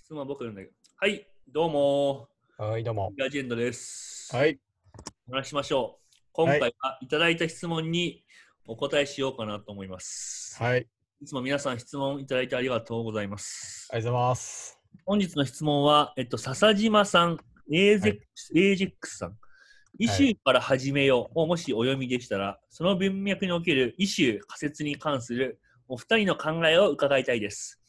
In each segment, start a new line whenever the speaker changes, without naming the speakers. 質問は僕なんだけど。はい、どうも
はい、どうも。
ー、ラジェンドです。
はい。
お話ししましょう。今回はいただいた質問にお答えしようかなと思います。
はい。あり
いつも皆さん質問いただいてありがとうございます。
がとうございます。
本日の質問は、えっと、笹島さん、エーゼックス、エージェックスさん、イシューから始めようをもしお読みでしたら、その文脈におけるイシュー仮説に関するお二人の考えを伺いたいです。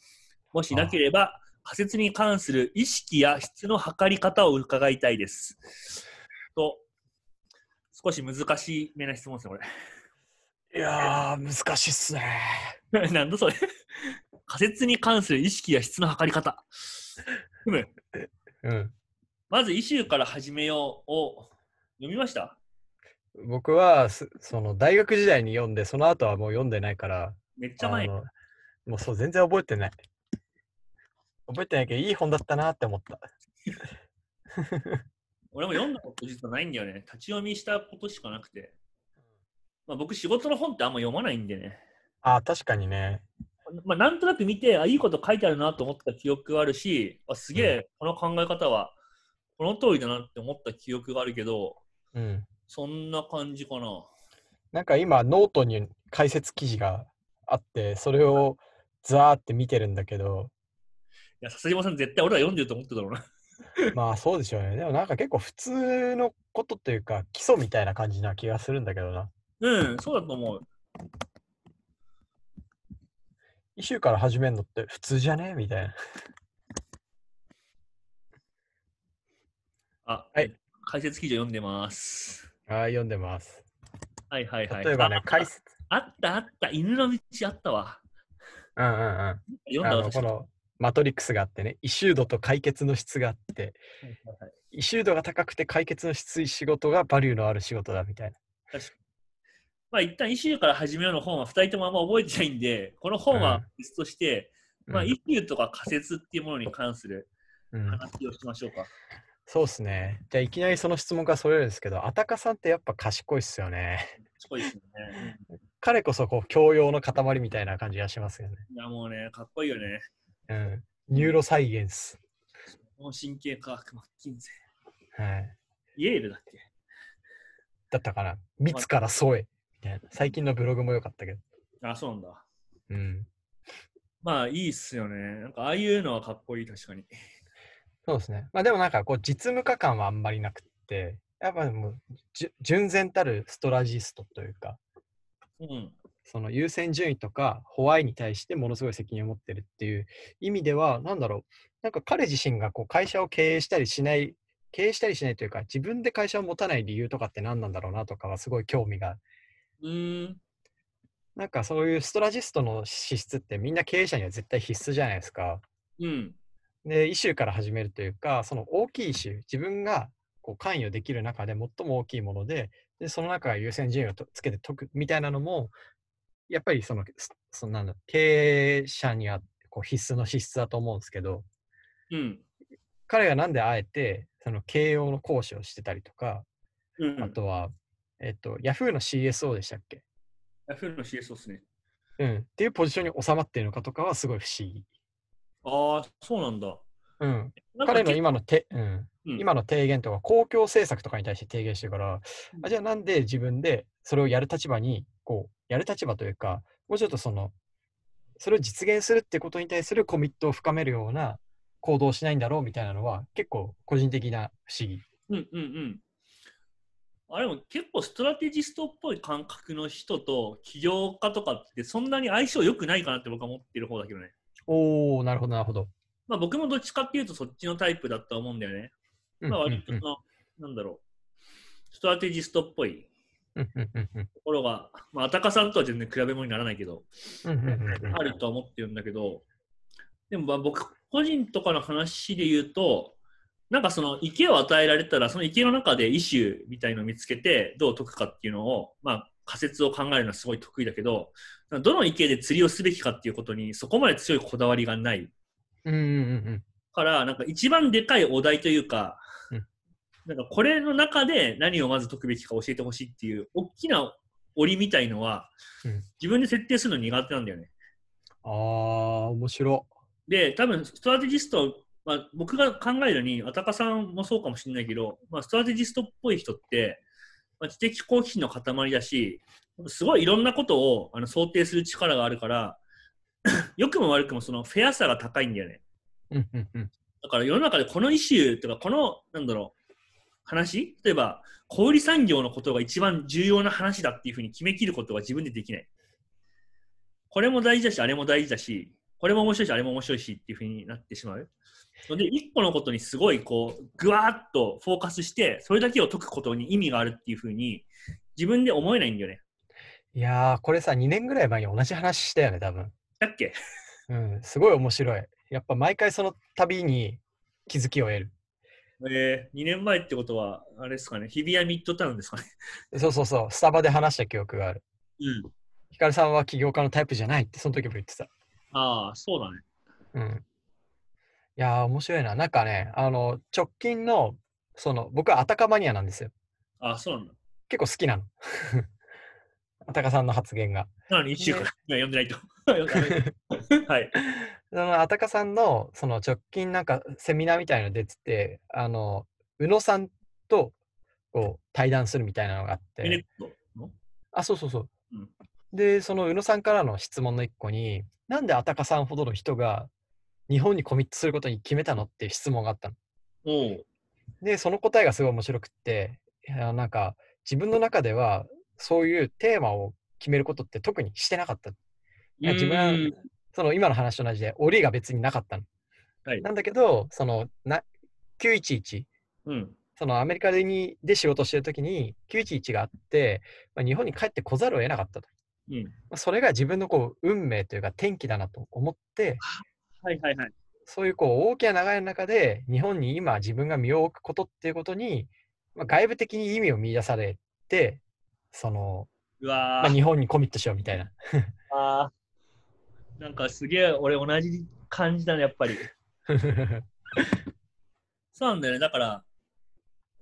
もしなければ、仮説に関する意識や質の測り方を伺いたいです。と、少し難しめな質問ですね、
いやー、難しいっすね。
これ。 なんだそれ。仮説に関する意識や質の測り方。ふむ。
うん。
まず、イシューから始めようを読みました。
僕はす、その、大学時代に読んで、その後はもう読んでないから、
めっちゃ前
あ。のもうそう、全然覚えてない。覚えてないけど、いい本だったなって思った。
俺も読んだこと実はないんだよね。立ち読みしたことしかなくて。まあ、僕、仕事の本ってあんま読まないんでね。
あー、確かにね。
まあ、なんとなく見て、あ、いいこと書いてあるなと思った記憶があるし、あすげえ、この考え方は、この通りだなって思った記憶があるけど、
うん。
そんな感じかな。
なんか今、ノートに解説記事があって、それをザーって見てるんだけど、
いや、笹島さん絶対俺ら読んでると思ってたろうな。
まあそうでしょうね。でもなんか結構普通のことというか、基礎みたいな感じな気がするんだけどな。
うん、そうだと思う。
イシューから始めるのって普通じゃねみたいな。
あ、
はい
解説記事を読んでます。
ああ、読んで ます。
はいはいはい。
例えばね、
あ
解説。
あったあった、犬の道あったわ。
うんうんうん。
読ん
あ
だ
の、
私
このマトリックスがあってね、イシュー度と解決の質があって、イシュー度が高くて解決の質い仕事がバリューのある仕事だみたいな。
まあ一旦イシューから始めようの本は2人ともあんま覚えてないんで、この本
う
は
ん
別として、まあ
うん
イシューとか仮説っていうものに関する
うん、
話をしましょうか。
そうですね。じゃあいきなりその質問からそれるんですけど、アタカさんってやっぱ賢いっすよね。
すごいですよね。
彼こそこう教養の塊みたいな感じがしますよね。
いやもうね、かっこいいよね。
うん。ニューロサイエンス。
脳神経科学マッキンゼ
はい。
イエールだっけ
だったかな。密から添え。みたいな。最近のブログも良かったけど。
あ、そうなんだ。
うん。
まあいいっすよね。なんかああいうのはかっこいい、確かに。
そうですね。まあでもなんかこう実務家感はあんまりなくって、やっぱもうじゅ純然たるストラジストというか、
うん。
その優先順位とかホワイに対してものすごい責任を持ってるっていう意味では、なんだろう、なんか彼自身がこう会社を経営したりしない、経営したりしないというか、自分で会社を持たない理由とかって何なんだろうなとかはすごい興味が、
うーん。
なんかそういうストラジストの資質ってみんな経営者には絶対必須じゃないですか。
うん。
で、イシューから始めるというか、その大きいイシュー、自分がこう関与できる中で最も大きいもので、でその中が優先順位をとつけて解くみたいなのも、やっぱりその、すそのなんだ経営者にはこう必須の資質だと思うんですけど、
うん。
彼がなんであえて、その経営の講師をしてたりとか、
うん。
あとは、えっと、Yahoo の CSO でしたっけ
ヤフーの CSO っすね。
うん。っていうポジションに収まっているのかとかはすごい不思議。
ああ、そうなんだ。
うん。
なんか
彼の今の手、うん。
うん
今の提言とか公共政策とかに対して提言してるから、
うん
あじゃあなんで自分でそれをやる立場にこうやる立場というかもうちょっとそのそれを実現するってことに対するコミットを深めるような行動をしないんだろうみたいなのは結構個人的な不思議。
うんうんうん。あれも結構ストラテジストっぽい感覚の人と起業家とかってそんなに相性良くないかなって僕は思ってる方だけどね。
おーなるほどなるほど。
まあ僕もどっちかっていうとそっちのタイプだと思うんだよね。
うんうん
まあ
う
割
ん
とその、なんだろう、ストラテジストっぽい
うんうんうんうん
ところが、まあ、あたかさんとは全然比べ物にならないけど、
うんうんうんうん
あるとは思ってるんだけど、でもまあ僕個人とかの話で言うと、なんかその池を与えられたら、その池の中でイシューみたいのを見つけて、どう解くかっていうのを、まあ仮説を考えるのはすごい得意だけど、どの池で釣りをすべきかっていうことにそこまで強いこだわりがない
うんうん
から、なんか一番でかいお題というか
う
な
ん、
んかこれの中で何をまず解くべきか教えてほしいっていう、大きな檻みたいのは
うん、
自分で設定するの苦手なんだよね。
ああ面白。
で、多分ストラテジストまあ、僕が考えるに、あたかさんもそうかもしれないけど、まあ、ストラテジストっぽい人って、まあ、知的好奇心の塊だし、すごいいろんなことをあの想定する力があるから、 良くも悪くもそのフェアさが高いんだよね。
うんうんうん、
だから世の中でこのイシューとか、この、なんだろう、話例えば、小売産業のことが一番重要な話だっていうふうに決めきることは自分でできない。これも大事だし、あれも大事だし、これも面白いし、あれも面白いしっていうふうになってしまう。ので、一個のことにすごいこう、ぐわーっとフォーカスして、それだけを解くことに意味があるっていうふうに、自分で思えないんだよね。
いやー、これさ、2年ぐらい前に同じ話したよね、多分。
だっけ
うん、すごい面白い。やっぱ毎回その度に気づきを得る。
えー、2年前ってことは、あれですかね、日比谷ミッドタウンですかね。
そうそうそう、スタバで話した記憶がある。
うん。
ヒカルさんは起業家のタイプじゃないって、その時も言ってた。
ああ、そうだね。
うん。いやー、面白いな。なんかね、あの、直近の、その、僕はアタカマニアなんですよ。
あそうなんだ。
結構好きなの。 アタカさんの発言が。
なのに1週間、 今読んでないと。 はい。
その、アタカさんの、その、直近なんか、セミナーみたいの出てて、あの、宇野さんと、こう、対談するみたいなのがあって。あ、そうそうそう。
うん、
で、その宇野さんからの質問の一個に、なんでアタカさんほどの人が日本にコミットすることに決めたのって質問があったの。でその答えがすごい面白くってなんか自分の中ではそういうテーマを決めることって特にしてなかった。自分はその今の話と同じで折りが別になかったの。
はい、
なんだけどそのな911、
うん、
そのアメリカでにで仕事してる時に911があって、まあ、日本に帰ってこざるを得なかったと。
うん、
それが自分のこう運命というか転機だなと思って、
はいはいはい、
そういうこう大きな流れの中で日本に今自分が身を置くことっていうことに、まあ、外部的に意味を見出されてそのまあ、日本にコミットしようみたいな。
あなんかすげえ俺同じ感じだねやっぱり。そうなんだよねだから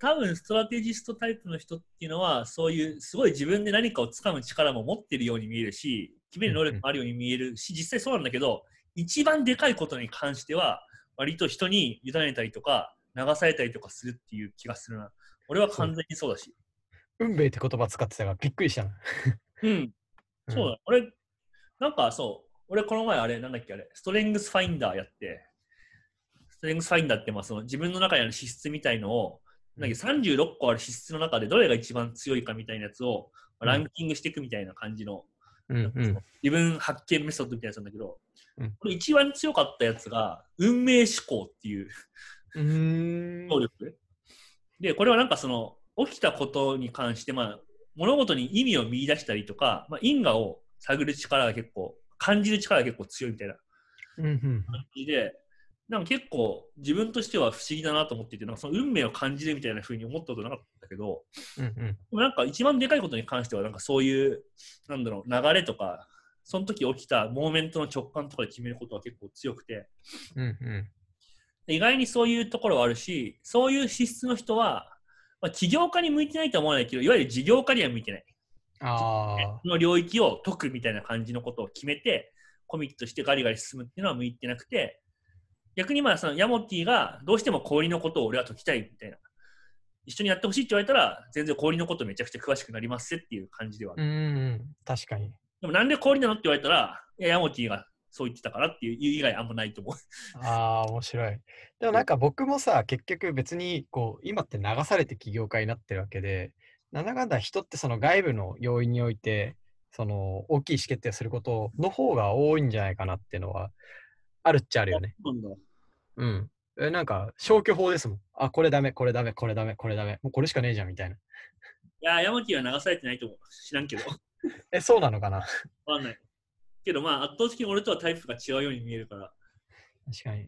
多分ストラテジストタイプの人っていうのはそういうすごい自分で何かを掴む力も持ってるように見えるし決める能力もあるように見えるし、うんうん、実際そうなんだけど一番でかいことに関しては割と人に委ねたりとか流されたりとかするっていう気がするな俺は完全にそうだし
運命って言葉使ってたからびっくりしたな
うんそうだ、うん、俺なんかそう俺この前あれなんだっけあれストレングスファインダーやってストレングスファインダーってまあその自分の中にある資質みたいのをなんか36個ある資質の中でどれが一番強いかみたいなやつをランキングしていくみたいな感じの、
うんうん、
自分発見メソッドみたいなやつなんだけど、
うん、
これ一番強かったやつが運命思考っていう
能
力でこれはなんかその起きたことに関して、まあ、物事に意味を見出したりとか、まあ、因果を探る力が結構感じる力が結構強いみたいな
感
じで。なんか結構自分としては不思議だなと思っていてなんかその運命を感じるみたいなふうに思ったことなかったけ
ど、うんうん、で
もなんか一番でかいことに関してはなんかそういうなんだろう流れとかその時起きたモーメントの直感とかで決めることは結構強くて、、
うんうん
意外にそういうところはあるしそういう資質の人は、まあ、起業家に向いてないとは思わないけどいわゆる事業家には向いてない
あ
の領域を解くみたいな感じのことを決めてコミットしてガリガリ進むっていうのは向いてなくて。逆にまあそのヤモティがどうしても氷のことを俺は解きたいみたいな一緒にやってほしいって言われたら全然氷のことめちゃくちゃ詳しくなりますっていう感じではある
うん確かに
でもなんで氷なのって言われたらいやヤモティがそう言ってたからっていう以外あんまないと思う
ああ面白いでもなんか僕もさ結局別にこう今って流されて起業家になってるわけでなんだかんだ人ってその外部の要因においてその大きい意思決定をすることの方が多いんじゃないかなっていうのはあるっちゃあるよね。うん。え、なんか消去法ですもん。あ、これダメ、これダメ、これダメ、これダメ。もうこれしかねえじゃんみたいな。い
や、ヤマキは流されてないと思う。知らんけど。
え、そうなのかな
わかんない。けどまあ圧倒的に俺とはタイプが違うように見えるから。
確かに。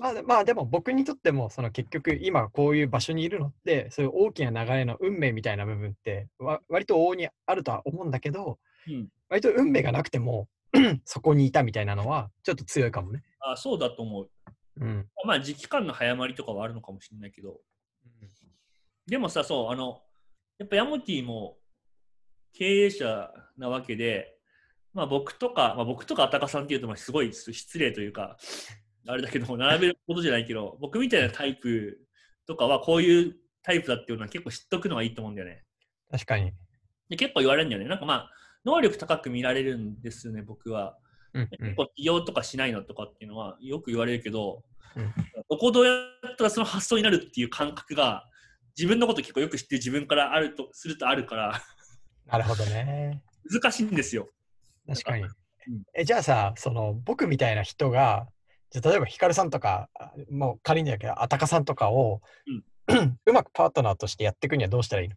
まあ、まあ、でも僕にとってもその結局今こういう場所にいるのってそういう大きな流れの運命みたいな部分ってわ割と往々にあるとは思うんだけど、
うん、
割と運命がなくても そこにいたみたいなのはちょっと強いかもね。
あそうだと思う。
うん、
まあ時期間の早まりとかはあるのかもしれないけど、うん、でもさそうあのやっぱヤモティも経営者なわけで、まあ、僕とか、まあ、僕とかアタカさんっていうとまあすごい失礼というかあれだけど、並べることじゃないけど、僕みたいなタイプとかは、こういうタイプだっていうのは結構知っとくのがいいと思うんだよね。
確かに。
で、結構言われるんだよね。なんかまあ、能力高く見られるんですよね、僕は。
うんう
結
ん
構起業とかしないのとかっていうのはよく言われるけど、
うん
どこどうやったらその発想になるっていう感覚が、自分のこと結構よく知ってる自分からあると、するとあるから、
なるほどね。
難しいんですよ。
確かに
ん。
えじゃあさ、その僕みたいな人が、じゃあ例えばヒカルさんとか、あもう仮にだけど、アタカさんとかを、 うまくパートナーとしてやっていくにはどうしたらいいの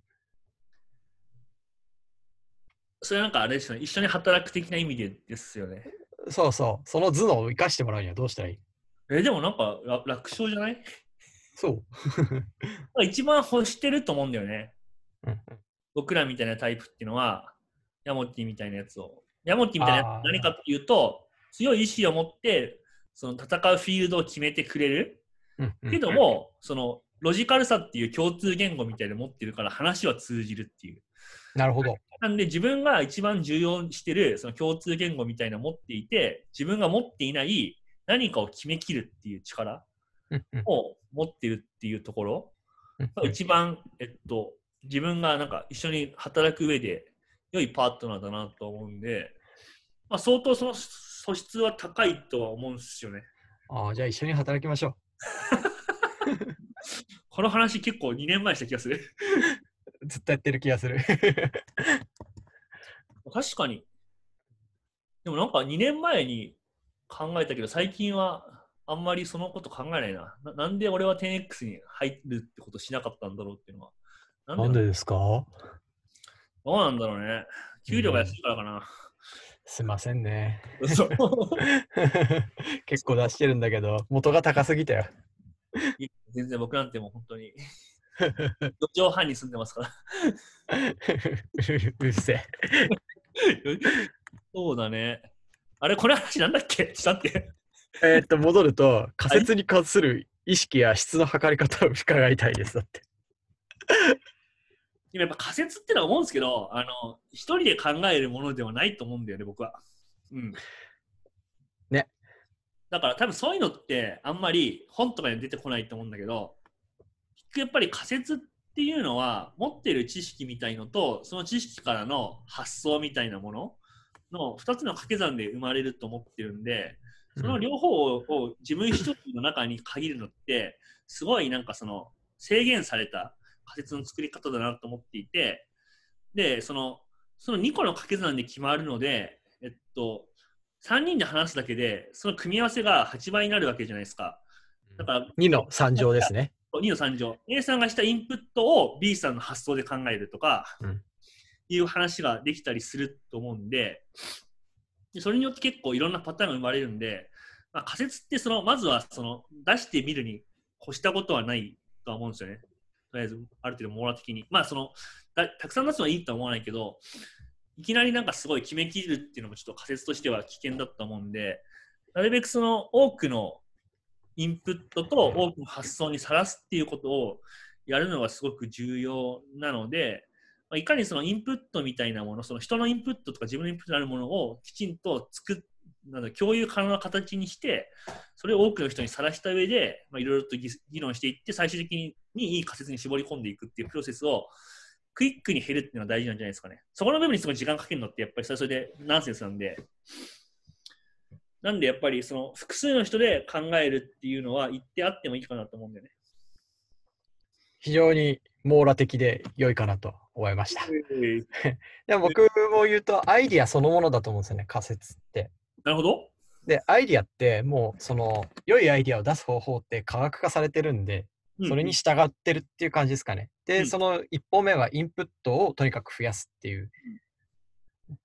それなんかあれですよね、一緒に働く的な意味でですよね。
そうそう、その頭脳を生かしてもらうにはどうしたらいい
え、でもなんか楽楽勝じゃない
そう。
一番欲してると思うんだよね。
うん
僕らみたいなタイプっていうのは、ヤモティみたいなやつを。ヤモティみたいなやつ
あ
って
ー
何かっていうと、強い意志を持って、その戦うフィールドを決めてくれる。
うんうん
けども、その、ロジカルさっていう共通言語みたいで持ってるから話は通じるっていう。
なるほど。
なんで自分が一番重要にしてるその共通言語みたいなのを持っていて、自分が持っていない何かを決めきるっていう力。
うんうん
を持ってるっていうところ、
うん
が一番、えっと、自分がなんか一緒に働く上で良いパートナーだなと思うんで、まあ、相当その素質は高いとは思うんですよね。
ああ、じゃあ一緒に働きましょ
この話結構2年前にした気がする。
う。ずっとやってる気がする。
確かに。でもなんか2年前に考えたけど、最近はあんまりそのこと考えないな。ななんで俺は 10X に入るってことしなかったんだろうっていうのは。なんで
ですか
どうなんだろうね。給料が安いからかな。
すいませんね。
嘘
結構出してるんだけど、元が高すぎたよ。
全然僕なんてもう本当 に4畳半に住んでますから
うるせえ。
そうだねあれこれ話なんだっけしたって
えーっと、戻ると、仮説に関する意識や質の測り方を伺いたいです。だって。
でもやっぱ仮説ってのは思うんですけどあの一人で考えるものではないと思うんだよね僕はうん
ね
だから多分そういうのってあんまり本とかに出てこないと思うんだけどやっぱり仮説っていうのは持ってる知識みたいのとその知識からの発想みたいなものの2つの掛け算で生まれると思ってるんでその両方を自分一人の中に限るのってすごいなんかその制限された仮説の作り方だなと思っていてでそのその2個の掛け算で決まるのでえっと3人で話すだけでその組み合わせが8倍になるわけじゃないですかだから
2の3乗ですね。
2の3乗 A さんがしたインプットを B さんの発想で考えるとか、
うん
いう話ができたりすると思うんででそれによって結構いろんなパターンが生まれるんで、まあ、仮説ってそのまずはその出してみるに越したことはないとは思うんですよねとりあえずある程度網羅的にまあそのだたくさん出すのはいいとは思わないけどいきなりなんかすごい決めきるっていうのもちょっと仮説としては危険だと思うんでなるべくその多くのインプットと多くの発想にさらすっていうことをやるのがすごく重要なので、まあ、いかにそのインプットみたいなもの、その人のインプットとか自分のインプットになるものをきちんと作っなんだ共有可能な形にして、それを多くの人にさらした上で、まあ、いろいろと議議論していって、最終的にいい仮説に絞り込んでいくっていうプロセスをクイックに減るっていうのは大事なんじゃないですかね。そこの部分にすごい時間かけるのって、やっぱりそれはそれでナンセンスなんで。なんでやっぱりその複数の人で考えるっていうのは言ってあってもいいかなと思うんだよね。
非常に網羅的で良いかなと思いました。でも僕も言うと、アイディアそのものだと思うんですよね、仮説って。
なるほど。
で、アイディアって、もう、その、良いアイディアを出す方法って科学化されてるんで、
うん
それに従ってるっていう感じですかね。
う
で、
ん
その一方目はインプットをとにかく増やすっていう。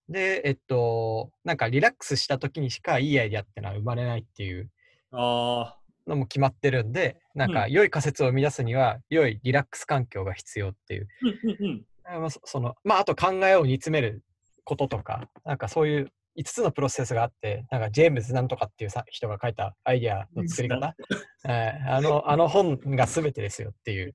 で、えっと、なんかリラックスした時にしかいいアイディアってのは生まれないっていう
ああ、
のも決まってるんで、なん
う
か良い仮説を生み出すには良いリラックス環境が必要っていう。
うんうんうん。
あまあそその、まあ、あと考えを煮詰めることとか、なんかそういう5つのプロセスがあって、なんかジェームズなんとかっていうさ人が書いたアイディアの作り方、えーあの あの本が全てですよっていう。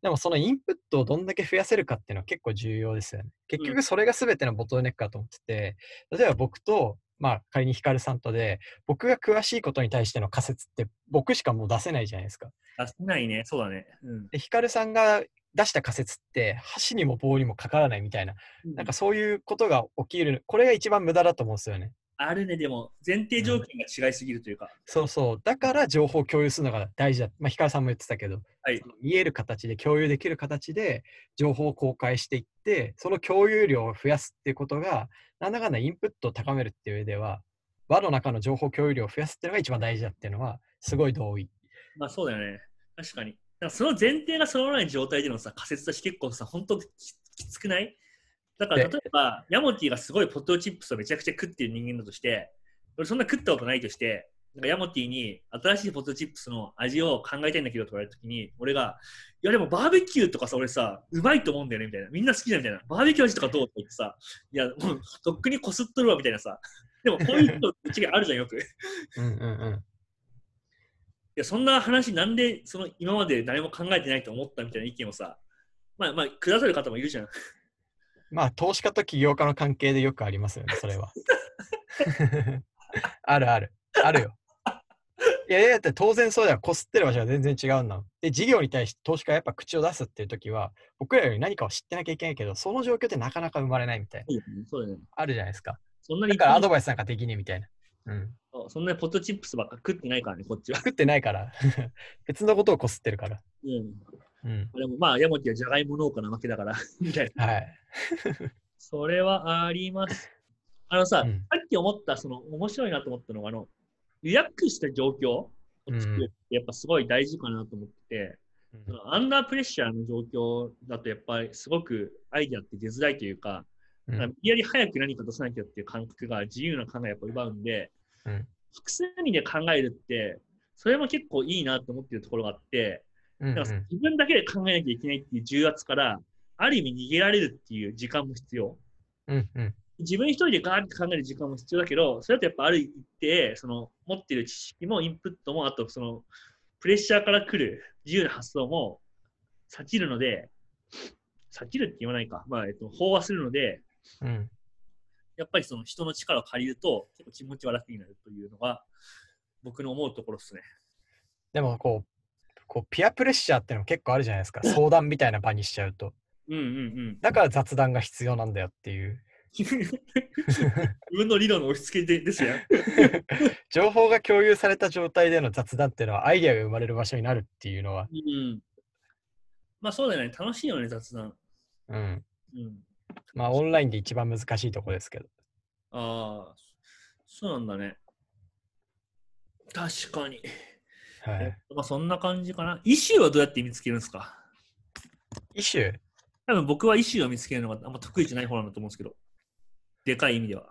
でもそのインプットをどんだけ増やせるかっていうのは結構重要ですよね。結
うん
局それが全てのボトルネックだと思ってて、例えば僕とまあ、仮にヒカルさんとで、僕が詳しいことに対しての仮説って、僕しかもう出せないじゃないですか。
出せないね、そうだね。うん。
で、ヒカルさんが出した仮説って、箸にも棒にもかからないみたいな、なんかそういうことが起きる、これが一番無駄だと思うんですよね。
あるね、でも、前提条件が違いすぎるというか、
そうそう。だから情報を共有するのが大事だ。まあ、ヒカルさんも言ってたけど、
はい
その見える形で共有できる形で情報を公開していって、その共有量を増やすっていうことが、なんだかんだインプットを高めるっていう上では、輪の中の情報共有量を増やすっていうのが一番大事だっていうのは、すごい同意。
まあそうだよね。確かに。だからその前提が揃わない状態でのさ、仮説だし結構さ、本当ききつくないだから例
で
えば、ヤモティがすごいポテトチップスをめちゃくちゃ食ってる人間だとして、俺そんな食ったことないとして、なんかヤモティに新しいポテトチップスの味を考えたいんだけどとか言われたときに、俺が、いやでもバーベキューとかさ、俺さ、うまいと思うんだよねみたいな。みんな好きだみたいな。バーベキュー味とかどうって言ってさ、いや、もうとっくにこすっとるわみたいなさ。でもこういうの違いあるじゃん、よく。
うんうんうん。
いや、そんな話、なんでその今まで誰も考えてないと思ったみたいな意見をさ、まあまあ、くださる方もいるじゃん。
まあ、投資家と起業家の関係でよくありますよね、それは。 あるある。あるよ。いやいや、だって当然そうだよ。こすってる場所は全然違うんだもん。で、事業に対して投資家がやっぱ口を出すっていう時は、僕らより何かを知ってなきゃいけないけど、その状況ってなかなか生まれないみたいな。
そうだね。
あるじゃないですか。
そんな
だ
に
からアドバイスなんかできねえみたいな。うん。
そんなにポテトチップスばっか食ってないからね、こっちは。
作ってないから。 別のことをこすってるから。
うん。
うん。
でもまあ、ヤモティはじゃがいも農家なわけだ から、みたいな。
はい。
それはあります。あのさ、
うん
さっき思った、その、面白いなと思ったのが、あの、リラックスした状況を作るって、やっぱすごい大事かなと思ってて、そのアンダープレッシャーの状況だと、やっぱりすごくアイデアって出づらいというか、
う
だから
ん
無理やり早く何か出さなきゃっていう感覚が自由な考えをやっぱ奪うんで、
うん
複数人で考えるって、それも結構いいなと思ってるところがあって、
うん
だ
う
から
ん
自分だけで考えなきゃいけないっていう重圧から、ある意味逃げられるっていう時間も必要。
うんうん
自分一人でガーって考える時間も必要だけど、それだとやっぱある一定、その持ってる知識もインプットも、あとそのプレッシャーから来る自由な発想も避けるので、避けるって言わないか、まあ、えっと、飽和するので、
うん。
やっぱりその人の力を借りると、結構気持ちは楽になるというのが、僕の思うところですね。
でもこう、こうピアプレッシャーってのも結構あるじゃないですか。相談みたいな場にしちゃうと。
うんうんうん。
だから雑談が必要なんだよっていう。
自分の理論の押し付けでですよ。
情報が共有された状態での雑談っていうのはアイデアが生まれる場所になるっていうのは、
うん。まあそうだよね。楽しいよね、雑談。
うん。
うん。
まあオンラインで一番難しいとこですけど。
ああ、そうなんだね。確かに。
はい。
まあそんな感じかな。イシューはどうやって見つけるんですか
イシュー
多分僕はイシューを見つけるのがあんま得意じゃない方なんだと思うんですけど。でかい意味では。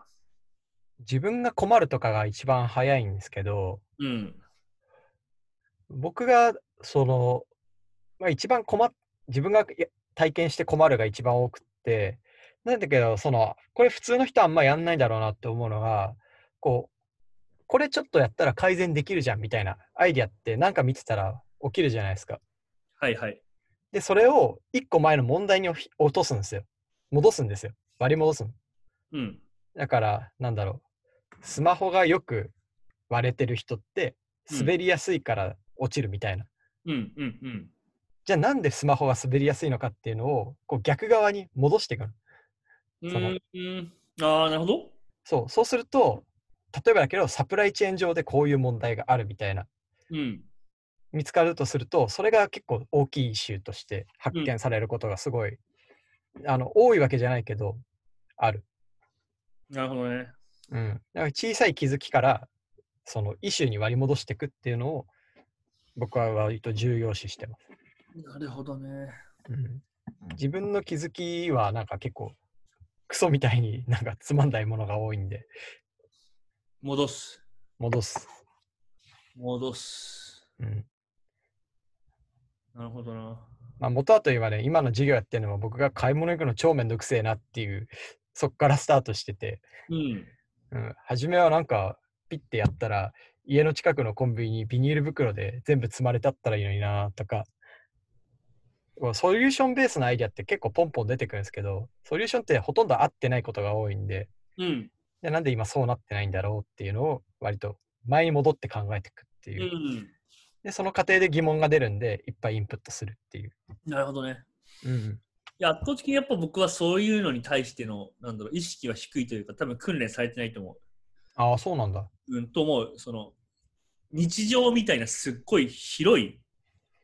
自分が困るとかが一番早いんですけど、
うん。
僕がその、まあ、一番困っ自分がや体験して困るが一番多くってなんだけどそのこれ普通の人あんまやんないだろうなって思うのがこうこれちょっとやったら改善できるじゃんみたいなアイディアってなんか見てたら起きるじゃないですか。
はいはい。
でそれを一個前の問題に落落とすんですよ。戻すんですよ。割り戻すの
うん。
だから、なんだろう、スマホがよく割れてる人って、
うん
滑りやすいから落ちるみたいな。
うんうんうん。
じゃあなんでスマホが滑りやすいのかっていうのをこう逆側に戻していくの。
う
その
ーん。ああ、なるほど。
そう、そうすると、例えばだけど、サプライチェーン上でこういう問題があるみたいな、
うん。
見つかるとすると、それが結構大きいイシューとして発見されることがすごい、あの、多いわけじゃないけど、ある。
なるほどね。
うん。だから小さい気づきから、そのイシューに割り戻していくっていうのを、僕は割と重要視してます。
なるほどね。
うん自分の気づきはなんか結構クソみたいになんかつまんないものが多いんで
戻す。
戻す、
戻す。
うん
なるほどな。
まあ、元はといえばね今の授業やってるのも僕が買い物行くの超めんどくせえなっていうそっからスタートしてて、
うん。
うん、初めはなんかピッてやったら家の近くのコンビニにビニール袋で全部積まれてあったらいいのになとかこうソリューションベースのアイディアって結構ポンポン出てくるんですけどソリューションってほとんど合ってないことが多いんで
うん。
じゃあなんで今そうなってないんだろうっていうのを割と前に戻って考えていくって
う
いう。
ん。
で、その過程で疑問が出るんで、いっぱいインプットするっていう。
なるほどね。
うん。
いや圧倒的にやっぱ僕はそういうのに対してのなんだろう意識は低いというか多分訓練されてないと思
ああ、そうなんだ。
う。うん、と思うその日常みたいなすっごい広い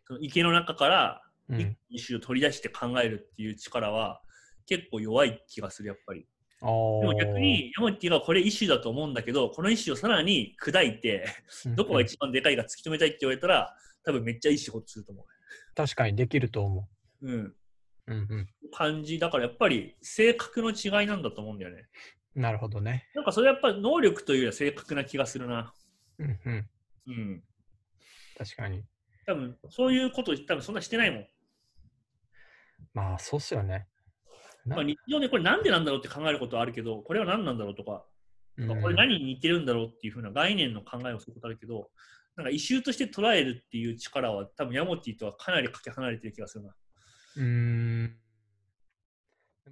その池の中から
う
一
ん。
気に種を取り出して考えるっていう力は結構弱い気がするやっぱり。
あ
でも
あ。
逆にヤモティがこれイシューだと思うんだけどこのイシューをさらに砕いて
うん、
どこが
うん
一番でかいか突き止めたいって言われたら多分めっちゃいい仕事すると思
確かにできると思
う。うん。
う。うんうん。
感じだからやっぱり性格の違いなんだと思うんだよね。
なるほどね。
なんかそれやっぱり能力というよりは正確な気がするな。
うんうん。
うん。
確かに。
多分そういうこと多分そんなしてないもん。
まあ、そうっすよね。な
まあ、日常でこれなんでなんだろうって考えることはあるけど、これは何なんだろうとか、
うん
これ何に似てるんだろうっていうふうな概念の考えをすることあるけど、なんか異臭として捉えるっていう力は多分ヤモティとはかなりかけ離れてる気がするな。
うーん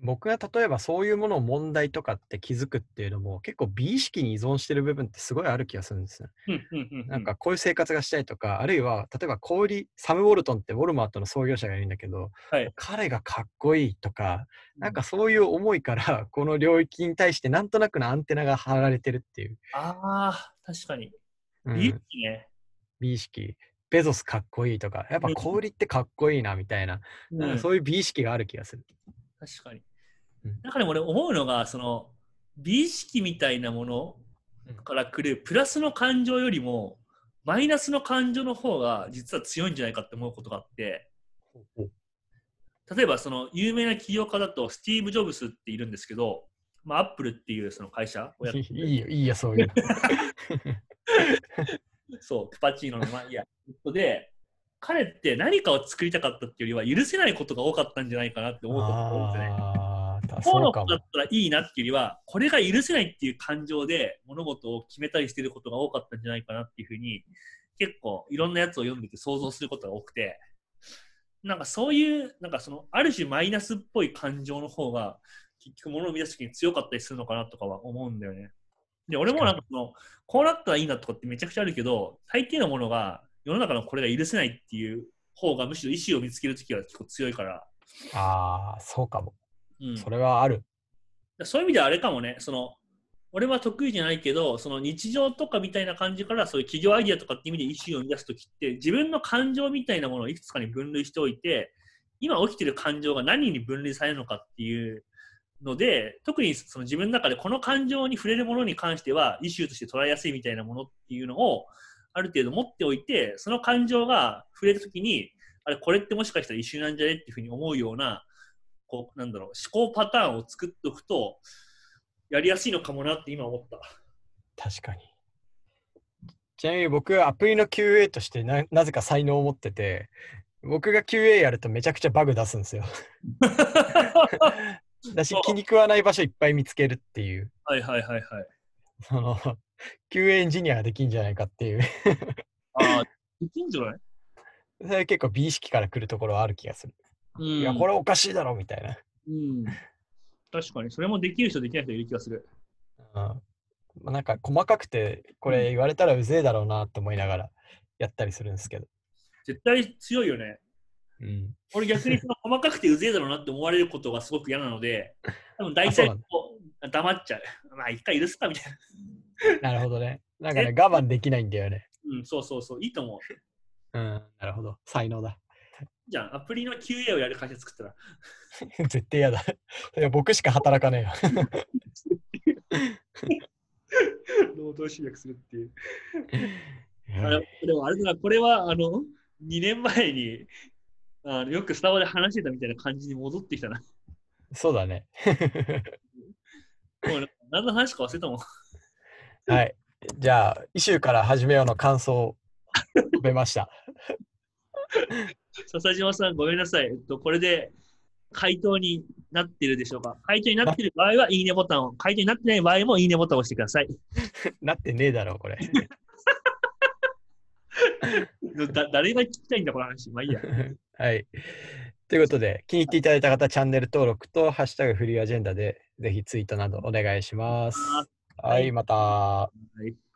僕が例えばそういうものを問題とかって気づくっていうのも結構美意識に依存してる部分ってすごいある気がするんですね。
うんうんうんうん。
なんかこういう生活がしたいとか、あるいは例えば小売りサム・ウォルトンってウォルマートの創業者がいるんだけど、
はい
彼がかっこいいとか
うん
なんかそういう思いから この領域に対してなんとなくのアンテナが張られてるっていう、
ああ、確かに。
うん
いいね。
美意識ベゾスかっこいいとかやっぱ小売りってかっこいいなみたいな,、
う
なん
ん、
かそういう美意識がある気がする。
確かに
うん。
だから俺思うのが、その、美意識みたいなもの
うん
から来るプラスの感情よりも、マイナスの感情の方が実は強いんじゃないかって思うことがあって、例えばその有名な起業家だとスティーブ・ジョブスっているんですけど、まあ、アップルっていうその会社をやっ
い
て
いよ、いいよ、そういうの。
そう、クパチーノの、まあ、いや、で、彼って何かを作りたかったっていうよりは許せないことが多かったんじゃないかなって 思うことが多いんですよね。
ああ、た
こう
そ
の
うか
だっ
も。
たらいいなっていうよりは、これが許せないっていう感情で物事を決めたりしてることが多かったんじゃないかなっていうふうに、結構いろんなやつを読んでて想像することが多くて、なんかそういう、なんかその、ある種マイナスっぽい感情の方が、結局物を生み出す時に強かったりするのかなとかは思うんだよね。で、俺もなんかその、こうなったらいいなとかってめちゃくちゃあるけど、大抵のものが世の中のこれが許せないっていう方がむしろ意思を見つけるときは結構強いから、
ああ、そうかも。
うん、
それはある。
そういう意味ではあれかもね、その俺は得意じゃないけど、その日常とかみたいな感じから、そういう企業アイディアとかって意味で意思を生み出すときって、自分の感情みたいなものをいくつかに分類しておいて、今起きてる感情が何に分類されるのかっていうので、特にその自分の中でこの感情に触れるものに関しては、イシューとして捉えやすいみたいなものっていうのを、ある程度持っておいて、その感情が触れるときに、あれ、これってもしかしたらイシューなんじゃねっていうふうに思うような、こう、なんだろう、思考パターンを作っておくと、やりやすいのかもなって今思った。
確かに。ちなみに僕、アプリの QA としてななぜか才能を持ってて、僕が QA やるとめちゃくちゃバグ出すんですよ。 だし
そう、
気に食わない場所いっぱい見つけるっていう、
はいはいはいはい。
その、QA エンジニアができんじゃないかっていう、
ああ、できんじゃない
それ結構美意識から来るところはある気がする。
うん。
いや、これおかしいだろみたいな。
うん。確かに、それもできる人、できない人いる気がする。
うんまあなんか細かくてこれ言われたらうぜえだろうなと思いながらやったりするんですけど、
絶対強いよね。俺逆にその細かくてうぜえだろうなって思われることがすごく嫌なの で、多分大体
あそうなん
こう黙っちゃう。まあ一回許すかみたいな。
なるほどねなんかね我慢できないんだよね
うん、そうそうそう、いいと思う。
うんなるほど才能だ
じゃあ、アプリの QA をやる会社作ったら。
絶対嫌だ いや僕しか働かねえよ
労働集約するっていう。
うん
あれでもあれだな、これはあの2年前にあのよくスタバで話してたみたいな感じに戻ってきたな。
そうだね
もう何の話か忘れたもん。
はいじゃあ「イシューから始めよう」の感想を述べました
笹島さん、ごめんなさい。えっと、これで回答になってるでしょうか。回答になってる場合は、いいねボタンを。回答になってない場合も、いいねボタンを押してください。
なってねえだろうこれ
だ誰が聞きたいんだ、この話。まあいいや。
はいということで気に入っていただいた方チャンネル登録と「ハッシュタグフリーアジェンダ」でぜひツイートなどお願いします
あ
はい、また。
はい